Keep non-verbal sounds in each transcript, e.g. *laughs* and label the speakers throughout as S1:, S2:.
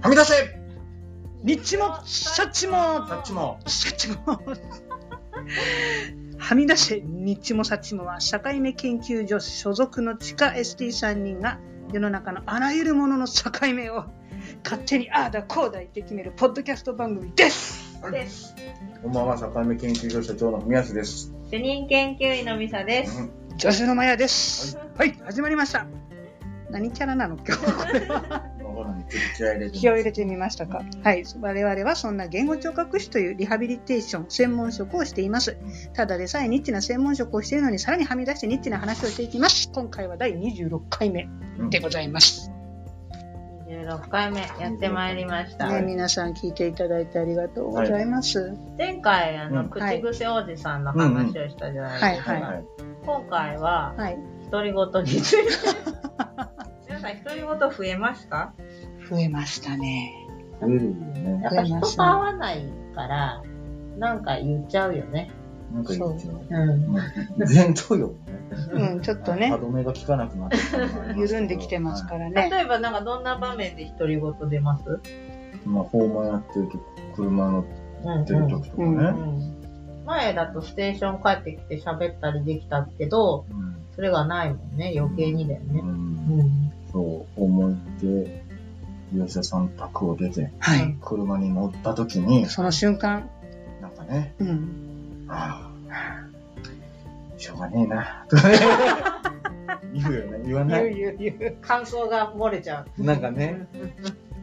S1: はみ出せ
S2: ニッチも、シャッチも、
S1: タッチも。
S2: シャッチも。はみ出せ、ニッチもシャッチもは、社会目研究所所属の地下 ST3 人が、世の中のあらゆるものの境目を、勝手にああだこうだ言って決めるポッドキャスト番組です。
S3: です。
S1: こんばんは、境目研究所所長の宮津です。
S3: 主任研究員のミサです。
S1: うん
S2: 女子のマヤです。はい、始まりました。何キャラなの今日これは。
S1: わからないちょっと気合い入れて。
S2: 気を入れてみましたか。はい。我々はそんな言語聴覚士というリハビリテーション、専門職をしています。ただでさえニッチな専門職をしているのに、さらにはみ出してニッチな話をしていきます。今回は第26回目
S1: うん
S2: でございます。
S3: 26回目やってまいりました。
S1: はい
S2: ね、皆さん聞いていただいてありがとうございます。
S3: 前回、あの、
S1: うん
S3: 口癖おじさんの話をしたじゃないですか。
S1: はいはい。
S3: 今回は、
S2: はい。
S3: 独り言について。皆さん、独り言増えますか
S2: 増えましたね。
S1: 増えるよね。
S3: やっぱ人と会わないから、なんか言っちゃうよね。
S1: なんかいいですよ。
S3: うん。
S1: うん前頭葉もね。
S2: うん、ちょっと
S1: 歯
S2: ね、
S1: 止めが効かなくなってきたのもありますけど
S2: 緩んできてますか。らね。
S3: 例えば、なんかどんな場面で独り言出ます
S1: はいまあ、訪問やってるとき、車乗
S3: うん
S1: ってるときとか
S2: うんう
S1: ね。
S3: うん前だとステーション帰ってきて喋ったりできたけど、
S1: うん
S3: それがないもんね。余計にだよね。
S1: うん
S3: うん。
S1: そう、思い出、吉田さん宅を出て、
S2: はい。
S1: 車に乗ったときに、
S2: その瞬間、
S1: なんかね、
S2: うん。
S1: ああ、しょうがねえな、とかね。言うよね、言わな
S2: ゆう
S1: い。
S2: ゆうゆう
S3: 感想が漏れちゃ
S1: なんか
S3: う。
S1: ね、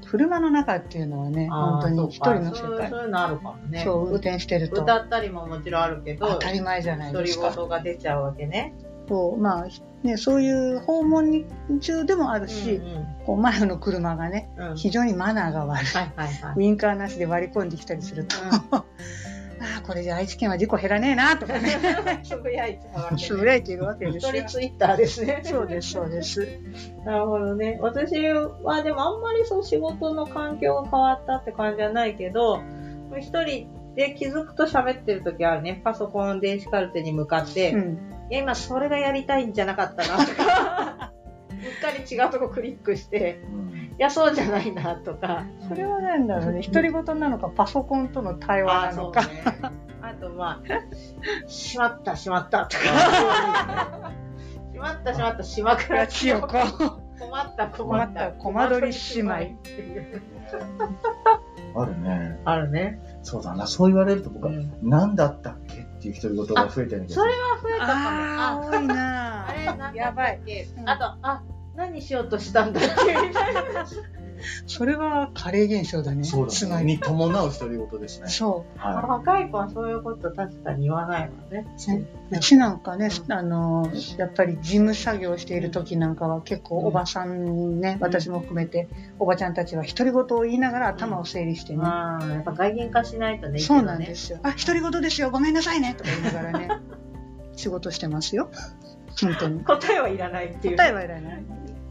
S2: 車の中っていうのはね、
S3: あ
S2: 本
S3: ー
S2: 当に一人の
S3: そう
S2: 世
S3: か
S2: 界
S3: そう。そういうのあるかもね。
S2: そう、運転してると。
S3: 歌ったりももちろんあるけど、
S2: 当
S3: 独
S2: た
S3: り
S2: り前じゃないですか。
S3: 言が出ちゃうわけね。
S2: そうまあひね、そういう訪問に中でもあるし、
S3: うんうん
S2: こう前の車がね
S3: うん
S2: 非常にマナーが悪い、
S3: はいはいはい。
S2: ウインカーなしで割り込んできたりすると、
S3: うん
S2: ああこれじゃ愛知県は事故減らねえなとかね
S3: *laughs* つぶやいちゃうわけね。
S2: つぶやいているわけです
S3: 一
S2: よ
S3: 人。ツイッターですね。
S2: そうですそうです。
S3: なるほどね。私はでもあんまりそう仕事の環境が変わったって感じじゃないけど、一人で気づくと喋ってる時あるね。パソコン電子カルテに向かって、
S2: う
S3: い
S2: ん、
S3: や今それがやりたいんじゃなかったなとか、うっかり違うとこクリックして、
S1: うん
S3: いやそうじゃないなとか。
S2: それはなんだろうね独り言なのかパソコンとの対
S3: あ
S2: 話
S3: あ、
S2: な
S3: そ
S2: の
S3: う
S2: か、
S3: ね。あとまあ、しまったしまったとか。しまったしまった島倉千代子。困った困った
S2: 困った困り姉妹
S3: っていう
S1: あるね。
S3: あるね。
S1: そうだな、そう言われると僕は、何だったっけっていう独り言が増えてるんだけど
S3: それは増えたかも。
S2: あ
S3: あ、
S2: あ多い
S3: あ
S2: な
S3: れなんだっけ
S2: やばい、うん
S3: あと、あ、何しようとしたんだっけみたいな。
S2: それは加齢現象だね
S1: そう
S2: つ
S1: だ
S2: ま
S1: ね。
S2: り
S1: に伴う独り言ですね。
S2: そう
S1: は
S3: 若い子はそういうこと確かに言わないわね。
S2: うちなんかね、あの、やっぱり事務作業している時なんかは結構おばさんね、私も含めて、おばちゃんたちは独り言を言いながら頭を整理してね。
S3: まあ、やっぱ外見化しないとね、
S2: そうなん
S3: いいけ
S2: ですよ。あ、独り言ですよ。ごめんなさいね。とか言いながらね、仕事してますよ。本当に。
S3: どね。答えはいらないっていう。
S2: 答えはいらない。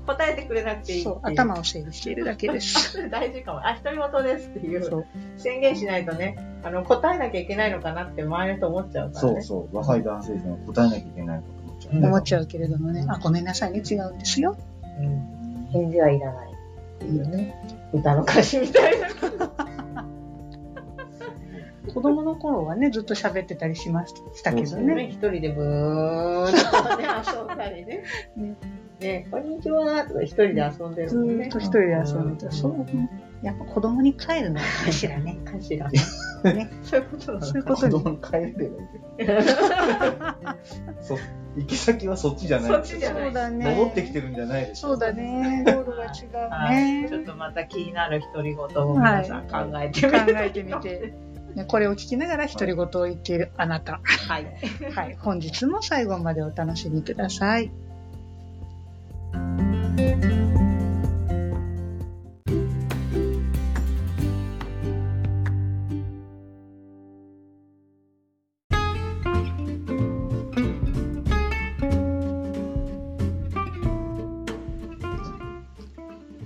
S3: 答えてくれなくていいってい
S2: そう、頭を整理しているだけです。
S3: それ大事かも。あ、独り言ですってい
S2: そうう。
S3: 宣言しないとね、あの、答えなきゃいけないのかなって周りの人思っちゃう
S1: い。
S3: から
S1: そう
S3: ね。
S1: そう、若い男性陣は答えなきゃいけないこと思っちゃうね。
S2: 思っちゃうけれどもね、あ、ごめんなさいね。違うんですよ。
S3: うん。返事はいらないっていうね。歌の歌詞みたいな。
S2: 子供の頃はね、ずっと喋ってたりしましたけどね。
S3: ね、一人でブーっとね、遊んだりね。
S2: ね
S3: ね、こんにちはとか一人で遊んでる
S2: ず
S3: もん
S2: ーっ
S3: ね
S2: と。一人で遊んでた。そう。やっぱ子供に帰るのはかしらね。
S3: かしら。
S2: ね
S3: そういうことな
S2: そうい
S3: の
S2: うこと
S1: *laughs* 子
S2: に。
S1: 供に帰れればいいけど。そう、行き先はそっちじゃない。
S3: そっちじゃない
S2: そうだね。
S1: 戻ってきてるんじゃないでしょ。
S2: そうだね。ゴールが
S3: は
S2: 違う
S3: い。ちょ
S2: ね。
S3: っとまた気になる独り言を皆さん考えてみ
S2: 考
S3: て。
S2: えてみて。ねこれを聞きながら独り言を言っているあなた。
S3: はい。
S2: はい。本日も最後までお楽しみください。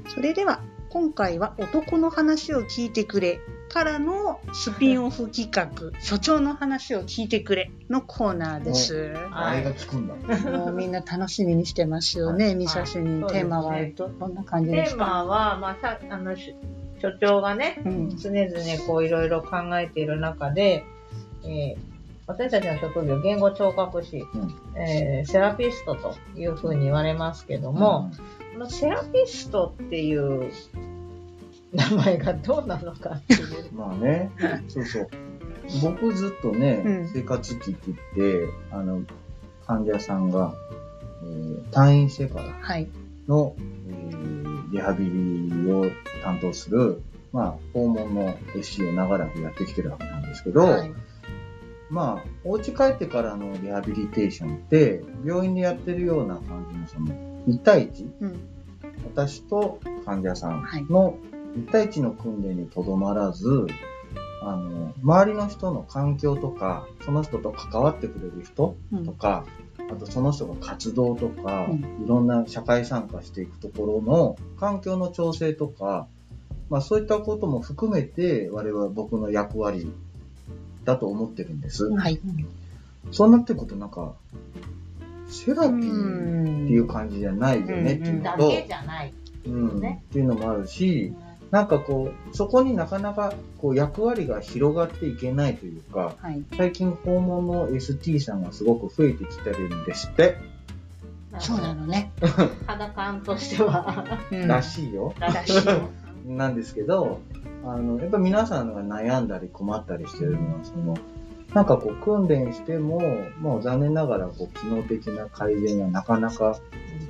S2: それでは今回は男の話を聞いてくれからのスピンオフ企画所長の話を聞いてくれのコーナーです。
S1: あれが効くんだ。
S2: もうみんな楽しみにしてますよね。ミサスにテーマはあるとどんな感じで
S3: テ
S2: す
S3: ー
S2: か。
S3: マは、まあ、さあの、し所長がね、
S2: うん。
S3: 常々こういろいろ考えている中で、えー私たちの職業、言語聴覚士、えーセラピストというふうに言われますけども、このセラピストっていう名前がどうなのかっていう。
S1: まあね、そうそう。僕ずっとね、
S2: うん
S1: 生活期って言って、あの、患者さんが、えー退院してから
S2: はい。
S1: の、えーリハビリを担当する、まあ、訪問の SC を長らくやってきてるわけなんですけど、
S3: はい
S1: まあ、お家帰ってからのリハビリテーションって、病院でやってるような感じの、その、1対1、
S2: うん。
S1: 私と患者さんの1対1の訓練にとどまらず、あの、周りの人の環境とか、その人と関わってくれる人
S2: うん
S1: とか、あとその人が活動とか、
S2: う
S1: いろんな社会参加していくところの環境の調整とか、まあそういったことも含めて、我々は僕の役割だと思ってるんです。
S2: はい。
S1: そうなってくるとなんか、セラピ
S2: う
S1: ーってい
S2: ん。
S1: う感じじゃないよねっていうの
S3: だ
S1: と、
S3: けじゃない。
S1: うん
S3: ね
S1: っていうのもあるし、なんかこう、そこになかなかこう役割が広がっていけないというか、
S2: はい。
S1: 最近訪問の ST さんがすごく増えてきてるんですって、
S2: そうなのね。
S3: 肌感としては。
S2: うん。
S1: らしいよ。
S3: だし
S1: なんですけど、あの、やっぱ皆さんが悩んだり困ったりしてるのは、その、なんかこう訓練しても、もう残念ながらこう機能的な改善がなかなか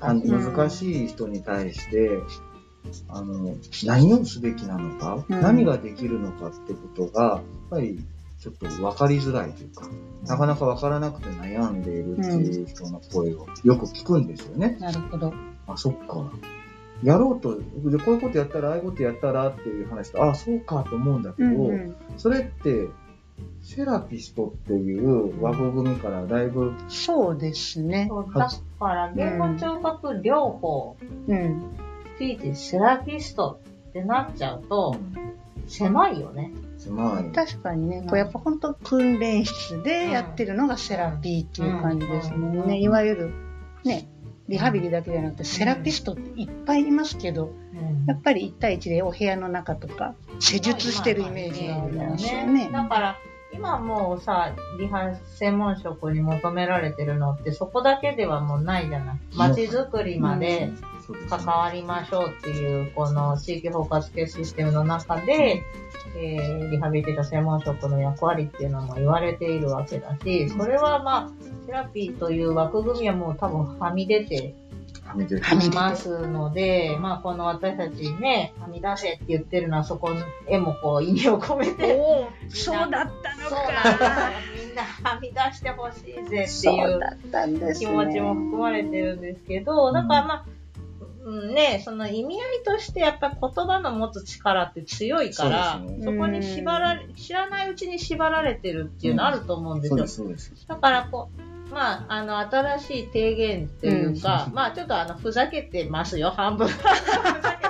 S1: あの
S2: うん
S1: 難しい人に対して、あの、何をすべきなのか、
S2: うん
S1: 何ができるのかってことが、やっぱりちょっと分かりづらいというか、なかなか分からなくて悩んでいるっていう人の声をよく聞くんですよね。
S2: なるほど。
S1: あ、そっか。やろうと、でこういうことやったら、ああいうことやったらっていう話と、あ、そうかと思うんだけ
S2: う
S1: ど、
S2: んうん。
S1: それって、セラピストっていう枠組みからだいぶ、
S2: そうですね。
S3: そうだから、言語聴覚療法、
S2: うん。
S3: スピーチ、セラピストってなっちゃうと、狭いよね。
S1: 狭い。
S2: 確かにね、こうやっぱ本当訓練室でやってるのがセラピーっていう感じですもん
S3: うん
S2: ね。いわゆる、ね、リハビリだけじゃなくてセラピストっていっぱいいますけど、やっぱり1対1でお部屋の中とか、施術してるイメージがありますよね。
S3: だから、今もうさ、リハ専門職に求められてるのって、そこだけではもうないじゃない。街づくりまで
S1: そうですね
S3: 関わりましょうっていう、この地域包括系システムの中で、えーリハビリテーション専門職の役割っていうのも言われているわけだし、それはまあ、セラピーという枠組みはもう多分はみ出て
S1: はみ出てる
S2: はみ出て
S3: ますので、まあこの私たちね、はみ出せって言ってるのはそこへもこう意味を込めて、
S2: おお、そうだったの
S3: そうなんだ
S2: か。
S3: みんなはみ出してほしいぜってい
S2: そう
S3: う
S2: だったんです、
S3: 気
S2: ね。
S3: 持ちも含まれてるんですけど、だからまあ、うんね、その意味合いとしてやっぱ言葉の持つ力って強いから
S1: そうで、すね
S3: そこに縛られ、知らないうちに縛られてるっていうのあると思うんです
S1: そ
S3: よ。
S1: うです、そうです。
S3: だからこう、まあ、あの、新しい提言というか、まあ、ちょっとあの、ふざけてますよ、半分。ふざ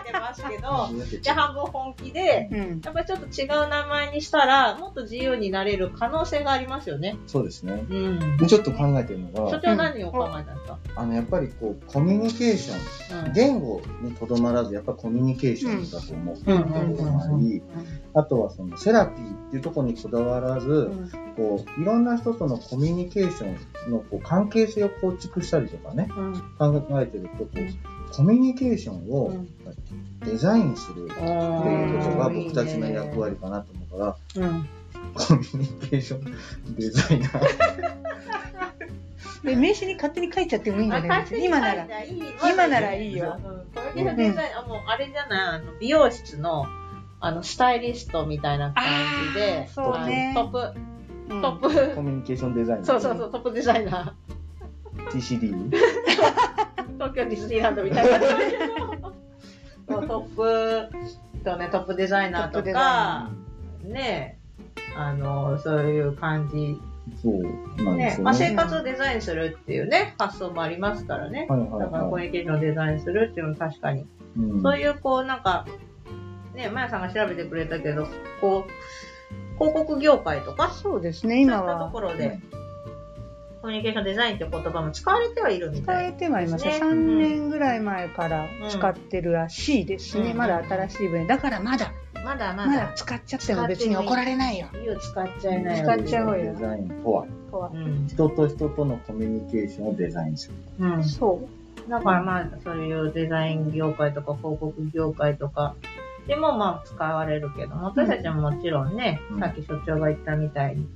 S3: けてますけど、じゃあ半分本気で、
S2: うん。
S3: やっぱりちょっと違う名前にしたら、もっと自由になれる可能性がありますよね。
S1: そうですね。
S3: うん。
S1: でちょっと考えてるの
S3: 所
S1: が、
S3: 長何を考えたんですか、
S1: あの、やっぱりこう、コミュニケーション、
S3: うん
S1: 言語にとどまらず、やっぱコミュニケーションだと思って
S3: うん
S1: るところもあり、あとはそのセラピーっていうところにこだわらず、
S2: うん
S1: こういろんな人とのコミュニケーションのこう関係性を構築したりとかね
S3: うん
S1: 考えてるとこうコミュニケーション
S3: う
S1: を
S3: ん
S1: デザインするっていうことが
S2: うん
S1: 僕たちの役割かなと思うから
S2: うん。
S1: コミュニケーションデザイナー
S2: で、名刺に勝手に書いちゃってもいいんじゃないですか。今なら。
S3: らいい
S2: 今ならいいよ。
S3: コミュニケーションデザイン、あもうあれじゃない、あの美容室のあのスタイリストみたいな感じで、
S2: あーそうね
S3: あのトッ
S2: うん
S3: プ、トップ、
S1: コミュニケーションデザイナー
S3: そうそうそう、トップデザイナ
S1: TCD
S3: ー、東京ディズニーランドみたいな感じのそうトップとね、トップデザイナ
S2: ト
S3: ー
S2: ッ
S3: と
S2: プデザイ
S3: か、ねあの、そういう感じ。
S1: そうなんで
S3: ね
S1: すよね
S3: まあ、生活をデザインするっていうね、発想もありますからね。
S1: はいは
S3: だ
S1: い
S3: からコ
S1: は
S3: ミ
S1: い
S3: ュニケーションをデザインするっていうのは確かに
S1: うん
S3: そういう、こう、なんか、ね、まやさんが調べてくれたけど、こう、広告業界とか、
S2: そうですね、今
S3: そういったと
S2: は。
S3: ころで、コミュニケーションデザインっていう言葉も使われてはいるみた
S2: 使
S3: い。
S2: えてはいます
S3: ね
S2: ね。3年ぐらい前から使ってるらしいですね。
S3: うん
S2: まだ新しい分野。だからまだ、
S3: まだま
S2: まだ
S3: だ、
S2: 使っちゃっても別に怒られないよ。
S3: いを使っちゃいな
S2: 使っ
S3: い。
S2: ちゃおうよ
S1: デザインとは
S2: とは
S3: うん。
S1: 人と人とのコミュニケーションをデザインする。
S3: うん。
S2: そう。
S3: だからまあ、そういうデザイン業界とか広告業界とかでもまあ使われるけども、私たちももちろんね、
S1: うん
S3: さっき所長が言ったみたいに、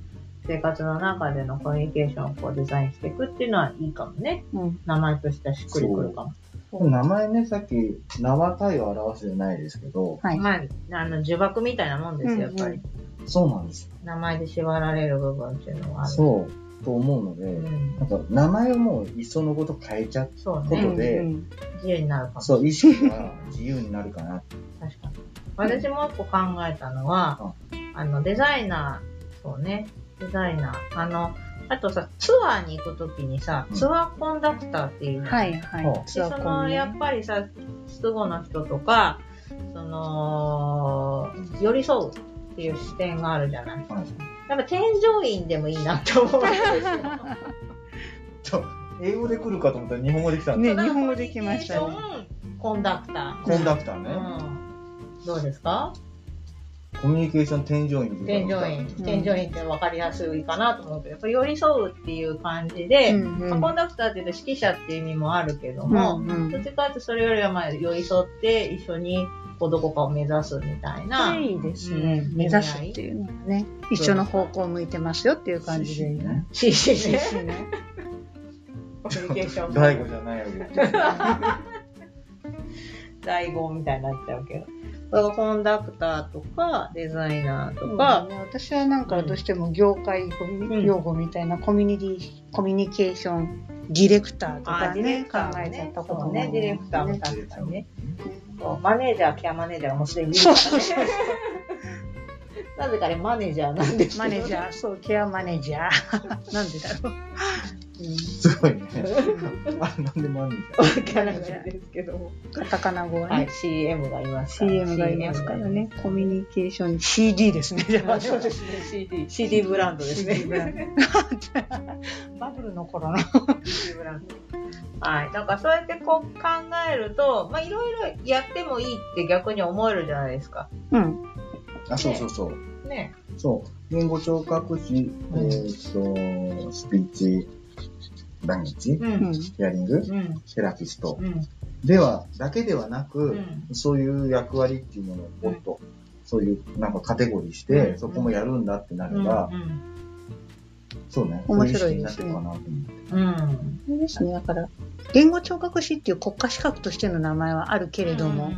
S3: 生活の中でのコミュニケーションをこうデザインしていくっていうのはいいかもね。
S2: うん。
S3: 名前としてはしっくりくるかも。
S1: 名前ね、さっき名体を表すじゃないですけど、
S2: はい。
S3: まあ、あの、呪縛みたいなもんですよ、やっぱり。
S2: うん
S1: そうなんですよ。
S3: 名前で縛られる部分っていうのはある。
S1: そう、と思うの
S3: う
S1: で、
S3: ん
S1: なんか名前をもういっそのこと変えちゃう
S3: そう
S1: と
S3: ね。
S1: ことで
S2: うんうん
S3: 自由になるかも。
S1: そう、意識が自由になるかなって。
S3: 確かに。私もう一個考えたのは、あの、デザイナー、そうね、デザイナー。あの、あとさ、ツアーに行くときにさ
S1: う、ん
S3: ツアーコンダクターっていうの。
S2: はい
S1: そう
S2: はい。
S3: で、その、やっぱりさ、失語の人とか、その、寄り添うっていう視点があるじゃない。
S1: はい
S3: やっぱ添乗員でもいいなって思う。
S1: ちょ英語で来るかと思ったら日本語で来たんだ
S2: ね *laughs* 日本語できましたね
S3: コミュニケーションコンダクタ
S1: コンダクター
S3: ー。
S1: ね。
S3: うん。どうですか
S1: コミュニケーション添乗員
S3: 添乗員、
S2: うん
S3: 添乗員って分かりやすいかなと思うけど、やっぱ寄り添うっていう感じで、
S2: うんうん
S3: まあコンダクターっていうと指揮者っていう意味もあるけど
S2: うん
S3: も、
S2: うん
S3: どっちかっていうとそれよりはまあ寄り添って一緒にこうどこかを目指すみたいな、
S2: それいいですね。
S3: うん
S2: 目指すっていうのはね。一緒の方向を向いてますよっていう感じで。 *laughs*
S1: ね。
S3: CC
S2: 嬉
S3: ね、
S2: しいね。
S3: コミュニケーション。
S1: 大悟じゃないわけですね。
S3: 第五みたいになっちゃうけど。だからコンダクターとかデザイナーとか、
S2: うん私はなんかどうしても業界語
S3: ん
S2: 用語みたいなコミュニティ、コミュニケーションディレクターと
S3: あ
S2: か
S3: ディレ
S2: ね、
S3: ク
S2: 考
S3: ターも
S2: えちゃ
S3: ね
S2: ったこ
S3: そ
S2: と
S3: うね、ディレクターも
S2: ね
S3: 確かにね。そうマネージャー、ケアマネージャーがもうすでにいるか
S2: そ
S3: ら
S2: う
S3: ね *laughs*
S2: そうそう。 *laughs*
S3: なぜかね、マネージャーなんです
S2: マネージ
S3: ー。
S2: ャー、そう、ケアマネージャー。なんでだろう。
S1: すごいね。あ、なんでもあるんじ
S3: わからないですけども。
S2: カタカナ語はね。
S3: はい、CM がいますから。
S2: CM がいますからね。コミュニケーション、CD ですね。じ
S3: CM
S2: ゃ
S3: が
S2: あ
S3: います。あそ
S2: *laughs*
S3: うですね、CD。CD ブランドですね。
S2: CD ブランドバブルの頃の。
S3: CD ブランドはい。なんかそうやってこう考えると、まあいろいろやってもいいって逆に思えるじゃないですか。
S2: う
S1: *laughs*
S2: ん。
S1: ゃん。あ、そうそうそう。
S3: ね。
S1: そう。言語聴覚士、えーっと、スピーチ、ランゲージ、
S3: う。
S2: うんん。
S1: ヒアリング、
S3: うん。
S1: セラピスト
S3: うん。
S1: では、だけではな
S3: う
S1: く、
S3: ん。
S1: そういう役割っていうものをもっと、そういうなんかカテゴリーし
S3: う
S1: て、
S3: ん
S1: そこもやるんだってな
S3: う
S1: れ
S3: ん
S1: ば、そうね、
S2: 面白い
S1: こうう意識に
S2: で
S1: なって
S2: す
S1: る
S2: ね
S1: かなと思って。
S3: うん。
S2: あれですね。だから、言語聴覚士っていう国家資格としての名前はあるけ
S3: け
S2: れども、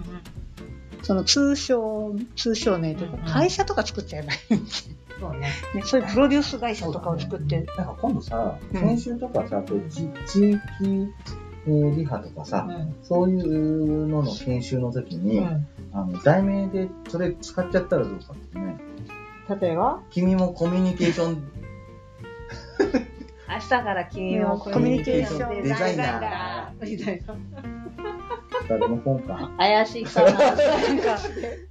S2: その通称、通称名という
S3: うんうん
S2: か、会社とか作っちゃえばい *laughs* い、
S3: そうね。
S2: ね。そういうプロデュース会社とかを作って、
S1: なんか今度さ、
S2: うん
S1: 先週とかさ、こう地地域えーリハとか
S3: う
S1: さ、
S3: ん。
S1: そういうのの研修の時に、
S3: うん
S1: あの題名でそれ使っちゃったらどうかってね。
S3: 例えば
S1: 君もコミュニケーション、
S3: 明日から君
S2: も
S3: を
S2: コミュニケーションデ
S1: ザイナー
S3: みたいな。
S1: 誰も本か。
S3: 怪しいかな。
S2: なんか、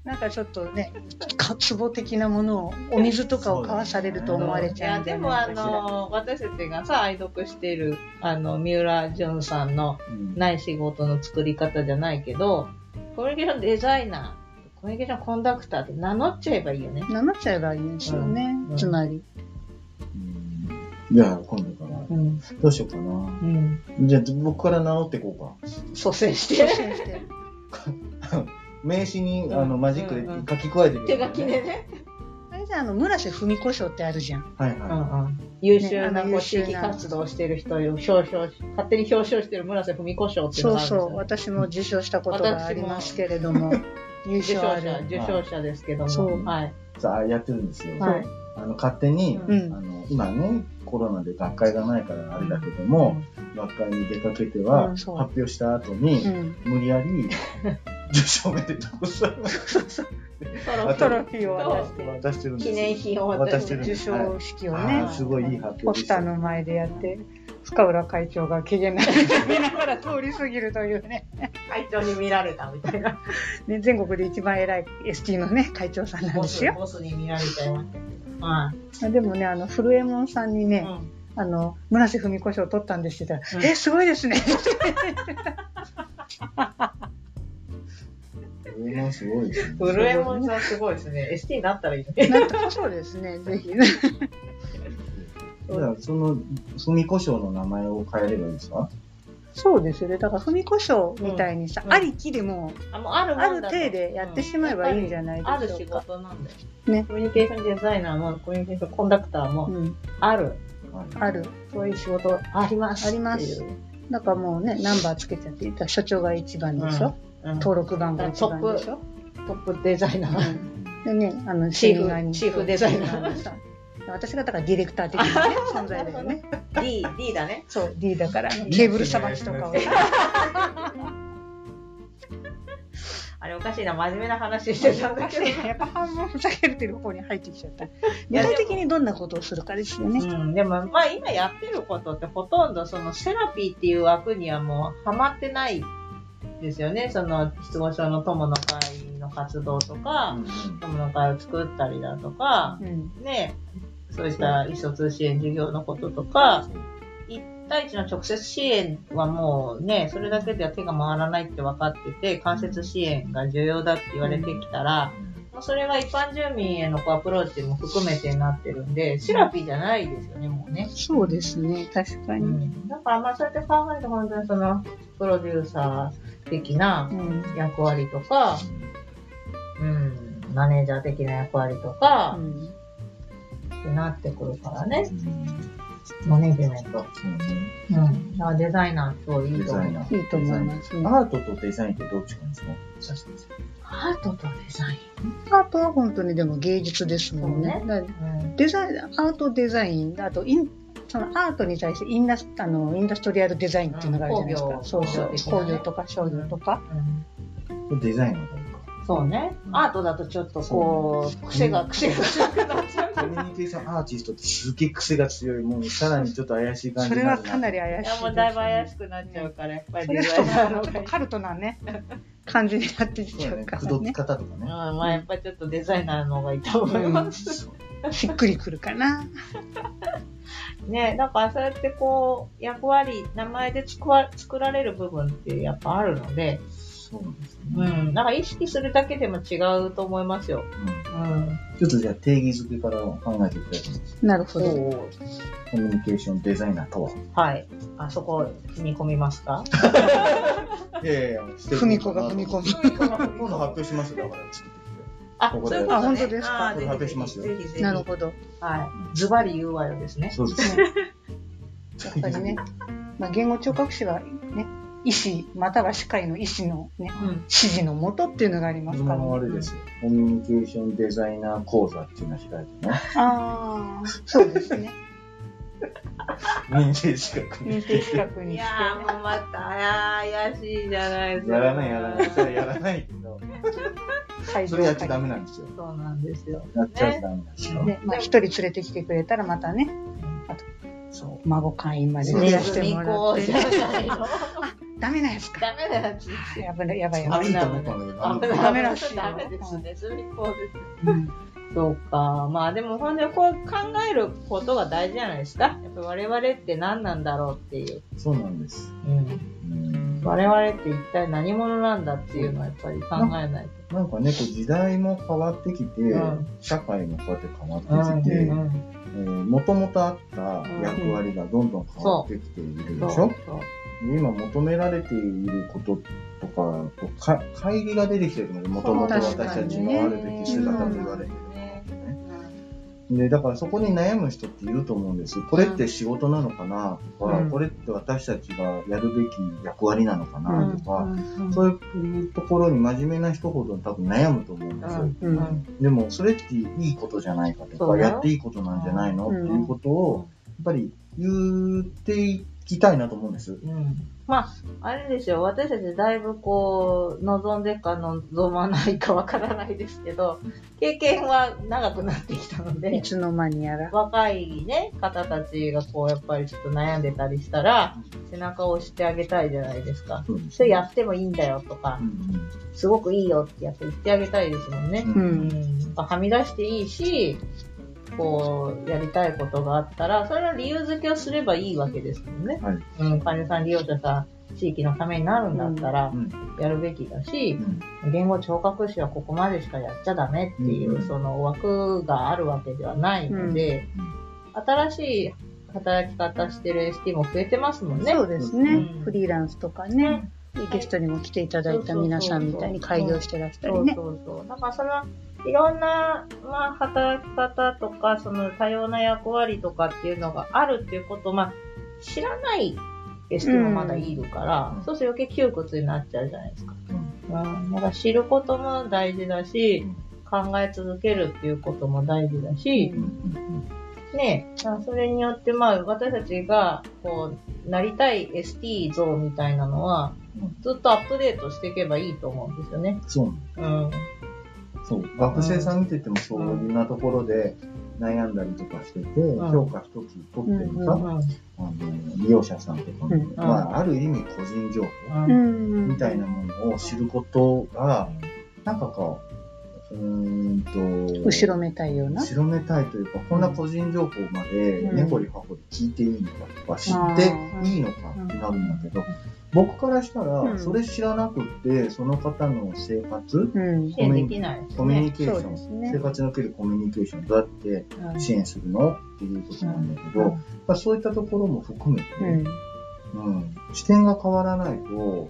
S2: なんかちょっとね、かつぼ的なものを、お水とかを買わされると思われちゃうん
S3: い
S2: じ
S3: や
S2: ゃ
S3: でも
S2: な
S3: あ
S2: いかしら。
S3: の私たちがさ愛読しているあの三浦淳さんの
S1: うん
S3: ない仕事の作り方じゃないけどコミュニケーションデザイナーコミュニケーションコンダクターって名乗っちゃえばいいよね。
S2: 名乗っちゃえばいいんですよね
S3: うん。
S2: つまり。
S1: うんじゃあ今度から。
S3: うん
S1: どうしようかな。
S3: うん、
S1: じゃあ僕から名乗っていこうか。
S3: 蘇生して
S2: 率先して
S1: 名刺にあのマジックで
S3: うんうん
S1: 書き加えてくれ
S3: 手
S1: る、
S3: 書きでね、
S2: あれじゃあ、あの、村瀬文子賞ってあるじゃん。
S1: はい
S3: うん
S1: は
S3: うん、優秀な
S2: ねあの
S3: こう
S2: 優
S3: 地
S2: 秀な
S3: 域活動をしている人を表彰し勝手に表彰している村瀬文子賞っていう
S2: そう
S3: のがあるんですよ
S2: そう。私も受賞したことがありますけれども、優
S3: 受
S2: 勝あ
S3: 賞
S2: る
S3: 者。受賞者ですけど
S2: そ
S3: も、
S2: う
S3: はい、
S1: い。さあやってるんですよ。
S3: はい
S1: あの勝手に、
S3: うん
S1: あの今ね、コロナで学会がないからあれだけども、学会に出かけては、
S2: うん
S1: 発
S2: そう
S1: 表した後に、
S2: うん。
S1: 無理や
S3: *laughs*
S1: り、受賞おめでとうございます。
S3: トロフィー
S2: トロフィーを渡して。
S1: 渡してるんです
S3: 記
S1: よ
S3: 念品を
S1: 渡
S3: 渡
S1: し
S3: してて
S1: る
S2: 受賞式を
S1: はい
S2: ね
S1: あー、すごいいい発表
S2: ポ
S1: でし
S2: ス
S1: た
S2: ターの前でやって、深浦会長がけげな見ながら通り過ぎるというね
S3: 会長に見られたみたいな。
S2: ね、全国で一番偉い ST のね、会長さんなん
S3: ボ
S2: で
S3: ス
S2: すよ。
S3: ボスに見られちゃいましたけど。はい。
S2: でもね、あの、古右衛門さんにね、あの、村瀬文子賞を取ったんですって言ったら、
S3: うん
S2: え、すごいですね。
S1: これもすごいですね。
S3: ブルエモンさんすごいですね。ST になったらいいね。
S2: なんかそうですね、ぜひ。
S1: だからその、文子賞の名前を変えればいいですか
S2: そうですよね。だから、文子賞みたいにさ、
S3: うん
S2: ありきでも、
S3: あもうある
S2: あ
S3: もん
S2: る
S3: だと
S2: 程度やってしまえばいいんじゃないでし
S3: ある仕
S2: ょうか。
S3: 事なんだよ。
S2: ね
S3: コミュニケーションデザイナーもコミュニケーションコンダクターも、
S2: うん、
S3: ある。
S2: ある。
S3: そういう仕事あります。
S2: あります
S3: っていう。
S2: だからもうね、ナンバーつけちゃって、だから所長が一番でしょ、
S3: うん
S2: 登録番号一番でしょ、
S3: トップデザイナー。
S2: でね、あの、
S3: チーフ
S2: シに
S3: チーフデザイナ
S2: そ
S3: ー
S2: うチーフデザイナー私がだからディレクター的な、 *laughs* ね、存在だよね。
S3: D、D だね。
S2: そう、D だから、ケーブルさばきとかをね。
S3: あれおかしいな、真面目な話してたんだけ *laughs* ど。
S2: やっぱ半分ふざけてる方に入ってきちゃった。具体的にどんなことをするかですよね。
S3: うん、でも、まあ今やってることってほとんどそのセラピーっていう枠にはもうハマってないですよね。その失語症の友の会の活動とか、友の会を作ったりだとか、
S2: うん。
S3: ね、そういった一卒支援事業のこととか、一対一の直接支援はもうね、それだけでは手が回らないって分かってて、間接支援が重要だって言われてきたら、もうそれが一般住民へのこうアプローチも含めてになってるんで、セラピーじゃないですよね、もうね。
S2: そうですね、確か
S3: う
S2: に。
S3: ん、だからまあそうやって考えると本当にそのプロデューサー的な
S2: うん。
S3: 役割とか、うん、マネージャー的な役割とか、ってなってくるからね、マネジメント。うん。だからデザイナーといい
S1: デ
S3: と
S1: ザ
S3: 思
S1: イ
S3: う。
S1: ナー。
S2: いいと思いますね。
S1: アートとデザインってどっちかですか
S3: アートとデザイ
S2: アートは本当にでも芸術ですもんね。
S3: そう
S2: だから
S3: ン。うん。
S2: デザイン、アートデザイン、あとイン、そのアートに対してインダスあのインダストリアルデザインっていうのがあるじゃないですか。
S3: うん
S2: そうそう。
S3: 工業
S2: 工業とか商業とか。
S1: デザインの方
S3: そうね。アートだとちょっとこう、癖が、癖が強くなっちゃう。
S1: コミュニケーションアーティストってすげえ癖が強い、もうさらにちょっと怪しい感じ
S2: そ
S1: に
S2: れ
S1: な
S2: は
S1: る
S2: かなり怪しい
S3: い
S2: です
S3: や、
S2: ね。
S3: もうだいぶ怪しくなっちゃうから、やっぱり
S2: それ
S3: デ
S2: は
S3: ザイナー
S2: ちょっ
S3: の方が
S2: と
S3: いい。
S2: カルトなね、感じになってき
S1: そう
S2: ちゃ
S1: だ
S2: う
S1: ね、
S2: か
S1: 口
S2: ら
S1: 説き
S2: ね。
S1: 方とか
S3: うん、
S1: ね。
S3: まあやっぱりちょっとデザイナーの方がいいと思います。
S1: そう
S2: しっくりくるかな。
S3: ね、だからそうやってこう、役割、名前で作わ作られる部分ってやっぱあるので、
S1: そうです
S3: う
S1: ね。
S3: ん、なんか意識するだけでも違うと思いますよ。
S1: うん
S3: うん。
S1: ちょっとじゃあ定義づけから考えていただきます。
S2: なるほど。
S1: コミュニケーションデザイナーとは。
S3: はい。あそこ、踏み込みますか
S1: いやいや、踏
S2: ふみこが踏み込む。
S1: 今度発表しますよだから作ってきて。
S3: あ、
S1: ここで
S3: そういうこと、ね、
S2: あ本当ですか
S3: あ
S1: ここで
S3: ぜひぜひ
S1: 発表しますよ
S3: ぜひぜひ。
S2: なるほど。
S3: はい。ズバリ言うわよですね。
S1: そうです
S2: やっぱりね、まあ、言語聴覚士はね、医師または歯科医の医師の、ね、
S3: うん。
S2: 指示のもとっていうのがあります
S1: 僕
S2: から、
S1: もあれですよ。コミュニケーションデザイナー講座っていうのを開いてね。
S2: ああ、そうですね。
S1: *laughs* 認定資格に
S2: 認。定資格
S3: い
S2: にし
S3: やー
S2: て、ね。
S3: もうまた、あー怪しいじゃないですか。
S1: やらないやらない。それやらないけ *laughs* ど、
S2: 会
S1: それやっちゃダメなんですよ。
S3: そうなんですよ。
S1: やっちゃダメなんですよ。
S2: ね、まあ、一人連れてきてくれたらまたね、
S1: そ
S2: 孫会員まで
S1: そう
S2: 増
S3: ネ
S2: や
S3: ズ
S2: して
S3: ミ
S2: もら
S3: 講
S2: っ
S3: じ
S2: て、
S3: ゃ
S2: ね。
S3: ないの。
S2: ダメなやつか。
S3: *laughs* ダメなやつ。
S2: あーやばいやばいや
S1: う。
S2: ば
S1: あれい
S2: い
S1: いと思ったんだけどあの
S3: 危ない
S2: ダメらしいよ
S3: ダメですね。そういうことです。
S2: うん
S3: そうか。まあでも本当にこう考えることが大事じゃないですか。やっぱ我々って何なんだろうっていう。
S1: そうなんです。
S3: うん。
S1: うん
S3: 我々って一体何者なんだっていうのはやっぱり考えない
S1: なんかね、こう時代も変わってきて
S3: うん、
S1: 社会もこうやって変わ
S3: と。
S1: ってきて、もともとあった役割がどんどん変わってきている
S3: そ
S1: で
S3: う
S1: し
S3: そ
S1: ょ
S3: う。
S1: で今求められていることとかとか乖離が出てきてるのでもともと私たちのあるべき姿と言われてるでだからそこに悩む人っていると思うんですこれって仕事なのかなとか、
S3: うん
S1: これって私たちがやるべき役割なのか
S3: う
S1: なんとか、
S3: うん
S1: そういうところに真面目な人ほど多分悩むと思うんですよ、
S3: うん
S2: うん
S1: でもそれっていいことじゃないかと
S3: そう
S1: か
S3: だよ
S1: やっていいことなんじゃないの、
S2: うん
S1: っていうことをやっぱり言っていきたいなと思うんです
S3: うんまあ、あれですよ、私たちだいぶこう、望んでか望まないかわからないですけど、経験は長くなってきたの
S2: い
S3: で、
S2: つの間にやら。
S3: 若いね、方たちがこう、やっぱりちょっと悩んでたりしたら、背中を押してあげたいじゃないですか。
S1: そうです
S3: それやってもいいんだよとか
S1: う、ん
S3: すごくいいよってやっぱ言ってあげたいですもんね
S1: う。
S2: うん。
S3: うんん。やっぱはみ出していいし、こう、やりたいことがあったら、それの理由付けをすればいいわけですもんね。
S1: はい
S3: うん、患者さん利用者さん、地域のためになるんだったら
S1: う、ん
S3: やるべきだし
S1: う、ん
S3: 言語聴覚士はここまでしかやっちゃダメっていうう、
S1: ん
S3: その枠があるわけではないので、新しい働き方してる ST も増えてますもんね。
S2: そうですね、
S3: うん
S2: フリーランスとかね、ゲストにも来ていただいた皆さんみたいに開業してらしたりね。
S3: そうそうそう。だからその、いろんな、まあ、働き方とか、その多様な役割とかっていうのがあるっていうことを、まあ、知らない人もまだいるから、
S1: うん
S3: そうすると余計窮屈になっちゃうじゃないですか。
S1: うん
S3: うん、だから知ることも大事だし、考え続けるっていうことも大事だし、
S1: うんうん
S3: ねえ、あそれによって、まあ、私たちが、こう、なりたい ST 像みたいなのは
S1: うん、
S3: ずっとアップデートしていけばいいと思うんですよね。
S1: そう
S3: うん。
S1: そう学生さん見ててもそういうなところで悩んだりとかしてて、
S3: ん
S1: 評価一つ取ってもさ、
S3: うん
S1: あの利用者さんとかも、
S2: うん
S1: まあ、ある意味個人情報
S3: うん
S2: うん
S1: みたいなものを知ることが、なんかこう、うーんと、
S2: 後ろめたいような。
S1: 後ろめたいというか、こんな個人情報まで
S2: うん
S1: 根掘り葉掘り聞いていいのかとか、知っていいのかってなるんだけど、僕からした
S2: う
S1: ら、
S2: ん
S1: それ知らなくって、その方の生活、
S2: うん、
S3: 支援できないです
S1: コミュ
S3: ね。
S1: ニケー
S2: そう
S1: ショ
S2: で
S1: ン、
S2: すね
S1: 生。活におけるコミュニケーションどうやって
S3: うん
S1: 支援するのっていうことなんだけど、
S3: うん
S1: まあ、そういったところも含めて、
S2: うん、
S1: うん、視点が変わらないと、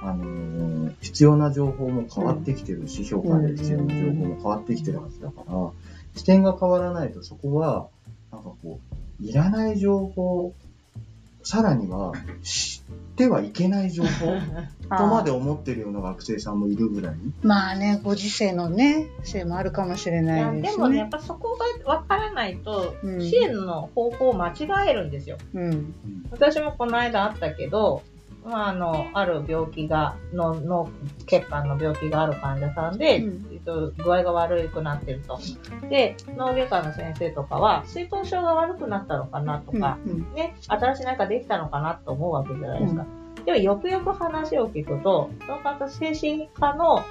S1: あのー必要な情報も変わってきてるし、評価で必要な情報も変わってきてるはずだから、視点が変わらないとそこは、なんかこう、いらない情報、さらには知ってはいけない情報とまで思ってるような学生さんもいるぐらい、
S2: まあね、ご時世のね、せいもあるかもしれ
S3: いや
S2: ないで
S3: ですもね、や
S2: ね
S3: っ。ぱそこがわからないと、
S2: うん
S3: 支援の方向を間違えるんですよ。
S2: うん、
S3: 私もこの間あったけど、まあ、あの、ある病気が、の、の、血管の病気がある患者さんで、
S2: うん
S3: えっと具合が悪くなってると。で、脳外科の先生とかは、水頭症が悪くなったのかなと
S2: うん、
S3: か、ね、新しいなんかできたのかなと思うわけじゃないですか。でも、よくよく話を聞くと、その方、精神科の、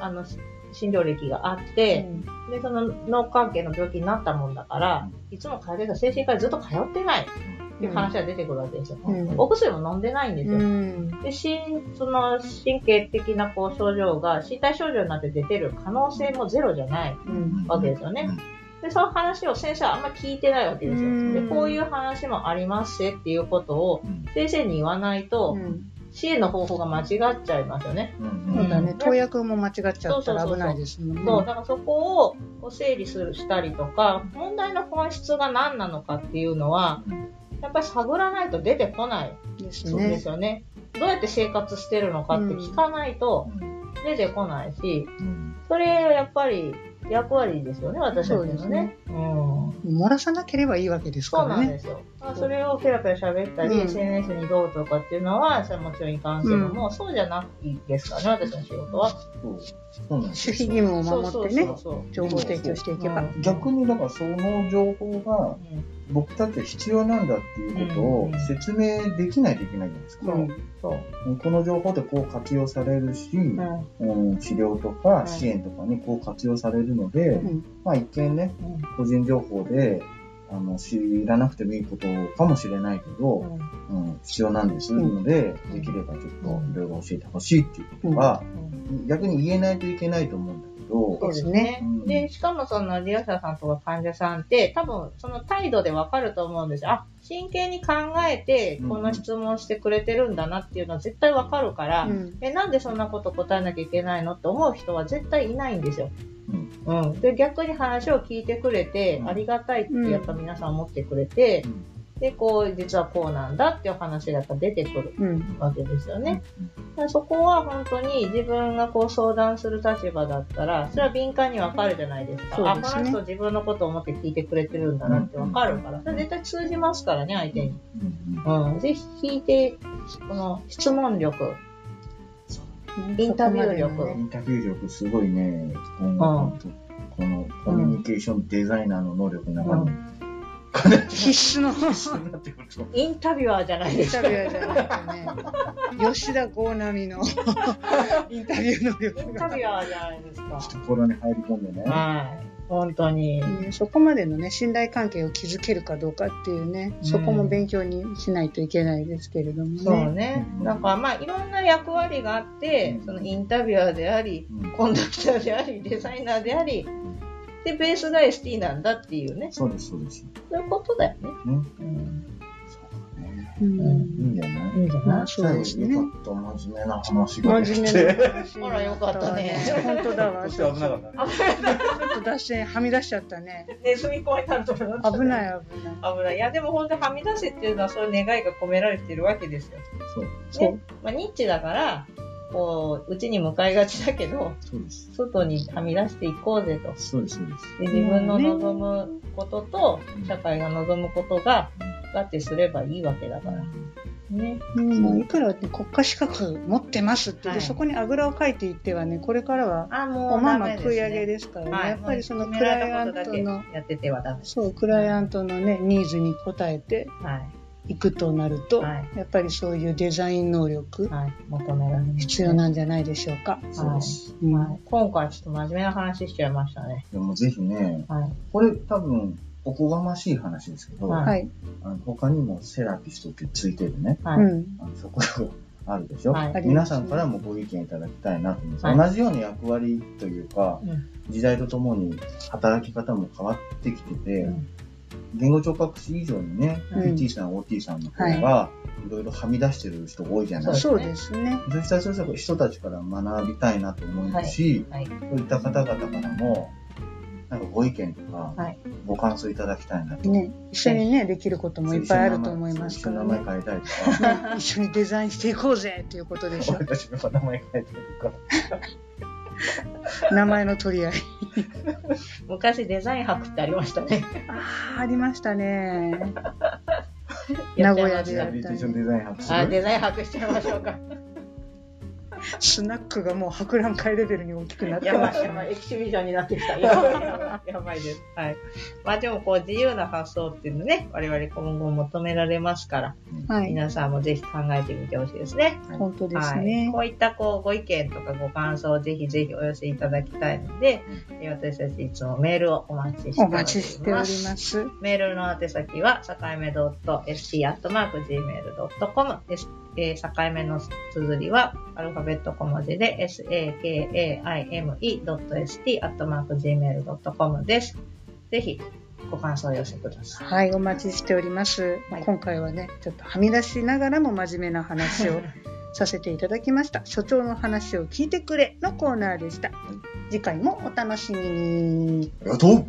S3: あの、し診療歴があって、で、その脳関係の病気になったもんだから、いつも通ってた精神科にずっと通ってないっていう話が出てくるわけですよ。
S2: うん
S3: お薬も飲んでないんです
S2: う
S3: よ。
S2: ん、
S3: で心その神経的なこう症状が身体症状になって出てる可能性もゼロじゃない
S2: うん、
S3: わけですよね。で、その話を先生はあんま聞いてないわけです
S2: う
S3: よ。
S2: ん
S3: で、こういう話もありますしっていうことを
S1: うん
S3: 先生に言わないと、支援の方法が間違っちゃいますよね。
S1: うん
S2: そうだ
S3: う
S2: ね
S3: ん、
S2: 投薬も間違っちゃったら危ないですもんね。
S3: そう、だからそこをこう整理するしたりとか、問題の本質が何なのかっていうのは、やっぱり探らないと出てこない
S2: です
S3: んで
S2: ね
S3: す。よね。どうやって生活してるのかって聞かないと出てこないし、それやっぱり役割ですよね、私たち
S2: そうです
S3: のね
S2: ね。
S3: うん
S2: 漏らさなければいいわけですか
S3: そう
S2: ら
S3: なん
S2: ね。
S3: ですよ。まあそれをペラペラ喋ったり、
S2: うん
S3: SNS にどうとかっていうのは、それはもちろんいかんけども、そうじゃないですからね、私の仕事は。
S1: そうそうなんです
S2: 守
S1: よ
S2: 秘義務を守って
S3: そ
S2: ね
S3: う、そう
S2: 情報提供していけば。
S3: うん
S1: 逆にだからその情報が
S3: そう。うん
S1: 僕たちは必要なんだっていうことを説明できないといけないじゃないですか。
S2: うん
S3: そう。
S1: この情報ってこう活用されるし、
S3: うん
S1: うん治療と
S3: う
S1: か
S3: ん
S1: 支援とかにこう活用されるので、
S2: ん
S1: まあ一見ね、
S3: うん
S1: 個人情報であの知らなくてもいいことかもしれないけど、うん必要なんですので、
S3: ん
S1: できればちょっといろいろ教えてほしいっていうことは、逆に言えないといけないと思うんだけ
S3: そう
S1: ど、
S3: ですね
S1: うん。
S3: で、しかもその利用者さんとか患者さんって、多分その態度でわかると思うんですよ。あ、真剣に考えて、この質問してくれてるんだなっていうのは絶対わかるから、
S2: うん
S3: え、なんでそんなこと答えなきゃいけないのって思う人は絶対いないんですよ。
S1: うん
S3: うん。で、逆に話を聞いてくれて
S1: う、ん
S3: ありがたいってやっぱ皆さん思ってくれて、
S1: うん
S3: で、こう、実はこうなんだっていう話がやっぱ出てくる
S2: うん
S3: わけですよね。だからそこは本当に自分がこう相談する立場だったら、それは敏感にわかるじゃないですか。
S2: そうですね
S3: あ、この人自分のことを思って聞いてくれてるんだなってわかるから。それ絶対通じますからね、相手に。
S1: うん
S3: うん。ぜひ聞いて、この質問力、インタビュー力
S1: インタビュー力すごいね、今後、このコミュニケーションデザイナーの能力の中に
S2: 必須の
S1: そうなってくると
S3: インタビュアーじゃない
S2: イ
S3: で
S2: ン
S3: す
S2: タ
S3: か
S2: ビ。ュアーじゃなくてね、吉田剛並み
S3: *laughs*
S2: のインタビューの
S3: イン
S2: 力
S3: タ
S2: が
S3: ビュアーじゃないですか。
S1: 懐に入り込んでね。
S3: *laughs* はい。本当に。
S2: ねそこまでのね、信頼関係を築けるかどうかっていうね、そこも勉強にしないといけないですけれどもね。
S3: そうね。なんかまあいろんな役割があって、そのインタビュアーであり、
S1: うん
S3: コンダクターであり、デザイナーであり、で、ベースが ST なんだっていうね、
S1: そうです、そうです。
S3: そういうことだよね。
S1: ね。
S3: うん。
S1: ね
S2: う
S1: うんん、いいんじゃない
S3: いいんじゃない
S2: あそうですね
S1: よかった、真面目な話がで
S2: 真
S1: き
S2: 面
S1: て。
S2: 目な話。
S3: ほらよかったね
S2: 本当だわ。
S1: そし
S2: ち
S1: て
S2: ょ
S1: 危
S2: っ
S1: なかったね。
S2: と脱線はみ出しちゃったね。
S3: ネズミ怖いなるとこだったね
S2: 危ない危ない。
S3: 危ない。いや、でも本当はみ出せっていうのはそういう願いが込められてるわけですよ。
S1: そう、
S2: そう。
S3: まあ、ニッチだから、こう、うちに向かいがちだけど、
S1: そうです。
S3: 外にはみ出していこうぜと。
S1: そうです、そうです。
S3: で自分の望むことと
S1: う、ん
S3: 社会が望むことが、合ってすればいいわけだから。ね。
S2: うんまあいくら、ね、国家資格持ってますって、で
S3: はい
S2: そこにあぐらをかいていってはね、これからは
S3: あ、も
S2: お
S3: う
S2: ま
S3: ダ
S2: んま
S3: メです、ね。
S2: 食い上げですからね、
S3: はい
S2: やっぱりその
S3: もう
S2: クライアン
S3: 決
S2: ト
S3: められた
S2: の
S3: ことだ、けやっててはダメです。
S2: そう、クライアントのね、ニーズに応えて
S3: はい。
S2: いくとなると、
S3: はい。
S2: やっぱりそういうデザイン能力、
S3: はい。求められます
S2: 必要なんじゃないでしょうか。
S1: そうです。
S2: うん
S3: はい。今回ちょっと真面目な話しちゃいましたね。
S1: でもぜひね、
S3: はい。
S1: これ多分、おこがましい話ですけど、
S3: はい
S2: はい、
S1: あの他にもセラピストってついてるね、
S3: は
S2: う
S3: い。
S2: ん。
S1: あの職業あるでしょ、
S3: はい
S2: ありま
S1: 皆
S2: すね
S1: さんからもご意見いただきたいなと思います。
S3: はい
S1: 同じような役割というか、
S3: うん
S1: 時代とともに働き方も変わってきてて、
S3: うん
S1: 言語聴覚士以上にね、
S3: うん
S1: PT さん、OT さんの方が、いろいろはみ出してる人が多いじゃないですか。
S2: そうですね。
S1: そうした人たちから学びたいなと思うし、
S3: はい。
S1: そういった方々からも、なんかご意見とか、
S3: はい
S1: ご感想いただきたいなと。
S2: ね、一緒にね、できることもいっぱいあると思いますから
S1: そう一緒に
S2: ね。
S1: 名前変えたりとか、
S2: ね一緒にデザインしていこうぜということでしょ
S3: *laughs*
S1: 俺。たちの名前変えたりとか。
S2: 名前の取り合い。
S3: 昔デザイン博ってありましたね。
S2: あーありましたね。名古屋で
S1: リ
S2: や
S1: ハ
S2: っ
S1: ビリテ
S2: た
S1: ーション
S2: ね。
S1: デザイン博士。
S3: あ、デザイン博しちゃいましょうか。
S2: スナックがもう博覧会レベルに大きくなって
S3: やば
S2: ま
S3: い
S2: す
S3: やばい、エキシビジョンになってき *laughs* た。やばいやばいやばいです。はい。まあでもこう自由な発想っていうのね、我々今後求められますから、
S2: はい。
S3: 皆さんもぜひ考えてみてほしいですね。
S2: 本当です
S3: はい。
S2: ね
S3: こ。ういったこうご意見とかご感想をぜひぜひお寄せいただきたいので、え私たちいつもメールをお待ちしてお
S2: お
S3: りま
S2: 待
S3: す。
S2: ちしております。
S3: メールの宛先は、さかいめ .st.gmail.com です。えー、さかいめの綴りは、アルファベット小文字で、sakaime.st.gmail.com です。ぜひ、ご感想をお寄せください。
S2: はい、お待ちしております。
S3: はい
S2: 今回はね、ちょっとはみ出しながらも真面目な話をさせていただきました。所長の話を聞いてくれのコーナーでした。次回もお楽しみに。
S1: ありがとう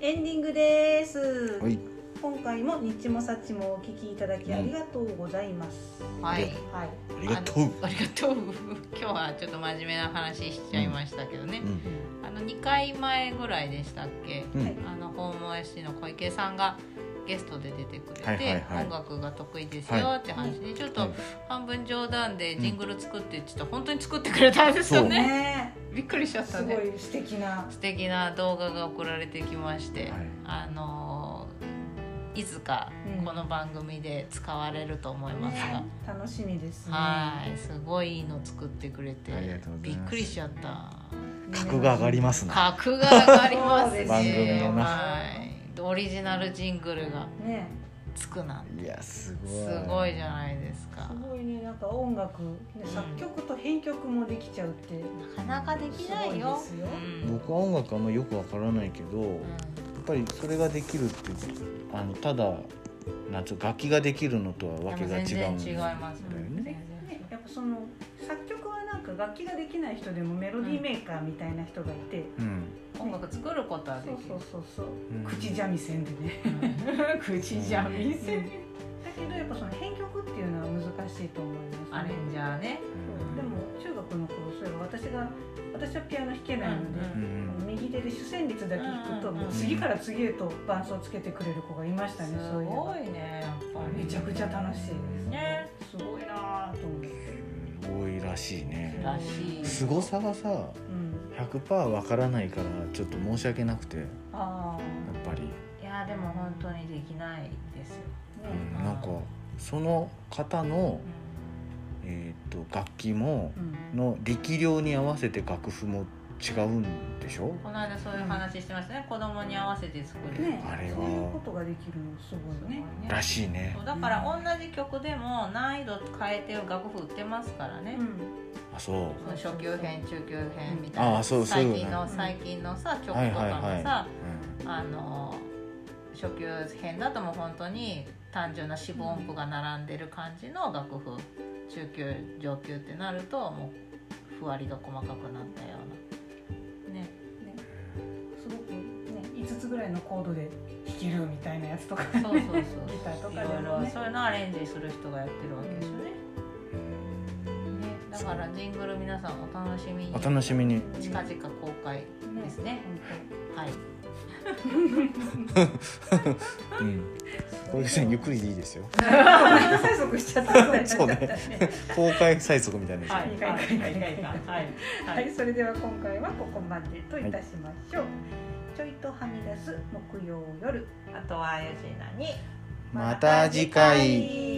S4: エンディングです。
S1: はい
S4: 今回もニッチもサッチもお聞きいただきありがとうございます。
S3: はい。
S4: はい。
S1: あ
S3: あり
S1: う。
S3: ありがとう。 *laughs* 今日はちょっと真面目な話しちゃいましたけどね。
S1: うん
S3: あの、2回前ぐらいでしたっけ
S1: うん
S4: はい
S3: あの訪問 SC の小池さんがゲストで出てくれて、
S1: はいはいはい
S3: 音楽が得意ですよって話で、ちょっ
S1: は
S3: と
S1: い
S3: 半分冗談でジングル作ってって言って本当に作ってくれたんですよね
S4: ねえ、
S3: びっくりしちゃった
S4: す
S3: ね
S4: ごい素敵な。
S3: 素敵な動画が送られてきまして、
S1: はい
S3: あのーいつか
S4: うん
S3: この番組で使われると思いますが、
S4: ねえ楽しみですね。
S3: はいすごいいいの作ってくれて
S5: ありがとうござい
S3: びっ
S5: ます
S3: くりしちゃった
S5: 格が上がりますな。
S3: 格が上がりますね
S5: 番組のな
S3: はいオリジナルジングルが
S4: ね
S3: つくなんて
S5: いやすごい。
S3: すごいじゃないです
S4: え、
S3: か
S4: すごいね、なんか音楽、ね作曲と編曲もできちゃうって。
S3: なかなかできないよ
S4: すごいですよ
S3: うん
S5: 僕は音楽あんまよくわからないけど、やっぱりそれができるってあのただなんつう楽器ができるのとはわ
S3: で
S5: け
S3: も
S5: が違
S3: 全然
S5: うん
S3: 違います
S5: だよね。
S4: ねやっぱその作曲はなんか楽器ができない人でもメロディーメーカーみたいな人がいて、
S5: うん。
S3: 音楽作ることはでき
S4: そ
S3: る
S4: うそうそうそう、
S5: うん
S4: 口三味線でね。
S3: うん *laughs*
S4: 口じゃ見せ
S3: う
S4: だけどやっぱその編曲っていうのは難しいと思います、ね、
S3: アレンジャーね
S4: でも中学の頃そういえば私が私はピアノ弾けないので、
S1: う
S4: こ
S1: ん
S4: の右手で主旋律だけ弾くと、
S3: うん
S4: もう次から次へと伴奏つけてくれる子がいましたね、
S3: す
S4: そういえ
S3: ご
S4: ば
S3: いねやっぱ
S4: め
S3: り
S4: ちゃくちゃ楽しいです
S3: ね
S4: すごいなぁと思って、
S1: すごいらしいね
S3: らしい
S1: すごさがさ
S4: うん、
S1: 100%わからないからちょっと申し訳なくてやっ
S3: あ
S1: ぱり、
S3: ーいやでも本当にできないですよ、
S1: うん
S4: ね
S1: なんかその方の
S3: う、ん
S1: えーっと楽器も
S4: うん
S1: の力量に合わせて楽譜も違うんでしょ
S3: この間そういう話してましたね子供に合わせて作る、
S4: ね
S1: あれは
S4: そういうことができるのすごいね
S1: らしいね
S3: そうだから同じ曲でも難易度変えてる楽譜売ってますからね、
S4: うん
S1: あそう
S3: その初級編中級編みたいな、
S1: ああそうそう
S3: 最
S1: いう
S3: 近
S1: の
S3: の
S1: ね
S3: 最近のさ曲とか
S1: はい
S3: もさ、
S1: はいは
S3: あの初級編だともう本当に単純な四分音符が並んでる感じの楽譜中級上級ってなるともうふわりが細かくなったようなね
S4: すごくね5つぐらいのコードで弾けるみたいなやつとか
S3: そうそうそう
S4: ギ
S3: *laughs*
S4: ターと
S3: い
S4: かでもね
S3: ろいろそういうのアレンジする人がやってるわけですよね
S1: うんうん
S3: ねだからジングル皆さんお楽しみに
S1: お楽しみに
S3: 近々公開ですねはい
S1: うん小池さんゆっくりでいいですよ
S4: 催促しちゃった
S1: そうね
S3: *laughs*
S1: 公開催促みたいなやつ
S3: はいはいはいはいは
S4: はいい、それでは今回はここまでといたしましょう。ちょいとはみ出す木曜夜。
S3: あとは吉菜に
S1: また次回。